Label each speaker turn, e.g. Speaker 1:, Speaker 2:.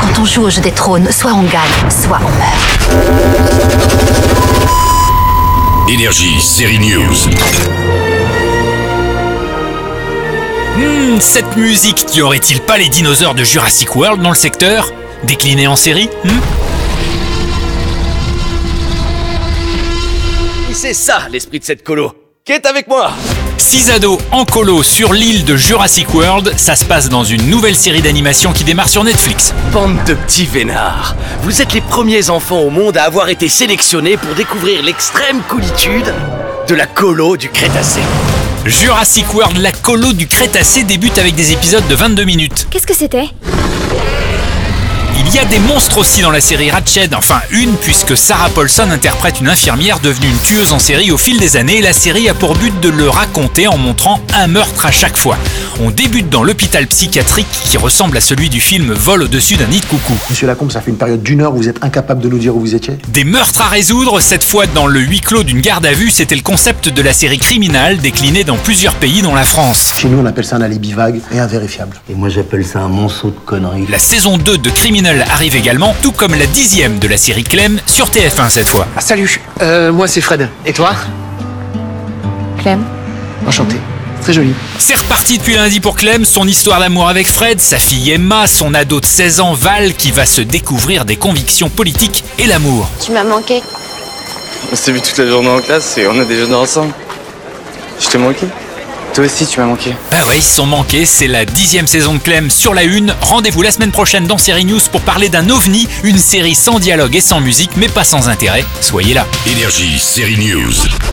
Speaker 1: Quand on joue au jeu des trônes, soit on gagne, soit on meurt.
Speaker 2: Énergie, série news.
Speaker 3: Hmm, cette musique, y aurait-il pas les dinosaures de Jurassic World dans le secteur Déclinés en série hmm
Speaker 4: Et c'est ça l'esprit de cette colo. Qui est avec moi
Speaker 3: Six ados en colo sur l'île de Jurassic World, ça se passe dans une nouvelle série d'animation qui démarre sur Netflix.
Speaker 4: Bande de petits vénards. Vous êtes les premiers enfants au monde à avoir été sélectionnés pour découvrir l'extrême coolitude de la colo du Crétacé.
Speaker 3: Jurassic World, la colo du Crétacé débute avec des épisodes de 22 minutes.
Speaker 5: Qu'est-ce que c'était
Speaker 3: Il y a des monstres aussi dans la série Ratched, enfin une puisque Sarah Paulson interprète une infirmière devenue une tueuse en série au fil des années. La série a pour but de le raconter en montrant un meurtre à chaque fois. On débute dans l'hôpital psychiatrique qui ressemble à celui du film Vol au-dessus d'un nid de coucou.
Speaker 6: Monsieur Lacombe, ça fait une période d'une heure où vous êtes incapable de nous dire où vous étiez
Speaker 3: Des meurtres à résoudre, cette fois dans le huis clos d'une garde à vue, c'était le concept de la série criminelle déclinée dans plusieurs pays dont la France.
Speaker 6: Chez nous, on appelle ça un alibi vague et invérifiable.
Speaker 7: Et moi j'appelle ça un monceau de conneries.
Speaker 3: La saison 2 de Criminal arrive également, tout comme la dixième de la série Clem sur TF1 cette fois.
Speaker 8: Ah, salut, Euh, moi c'est Fred. Et toi
Speaker 5: Clem
Speaker 8: Enchanté. Très joli.
Speaker 3: C'est reparti depuis lundi pour Clem, son histoire d'amour avec Fred, sa fille Emma, son ado de 16 ans Val qui va se découvrir des convictions politiques et l'amour.
Speaker 5: Tu m'as manqué.
Speaker 9: On s'est vu toute la journée en classe et on a déjeuné ensemble. Je t'ai manqué Toi aussi, tu m'as manqué.
Speaker 3: Bah ouais, ils se sont manqués, c'est la dixième saison de Clem sur la une. Rendez-vous la semaine prochaine dans Série News pour parler d'un ovni, une série sans dialogue et sans musique, mais pas sans intérêt. Soyez là.
Speaker 2: Énergie, série news.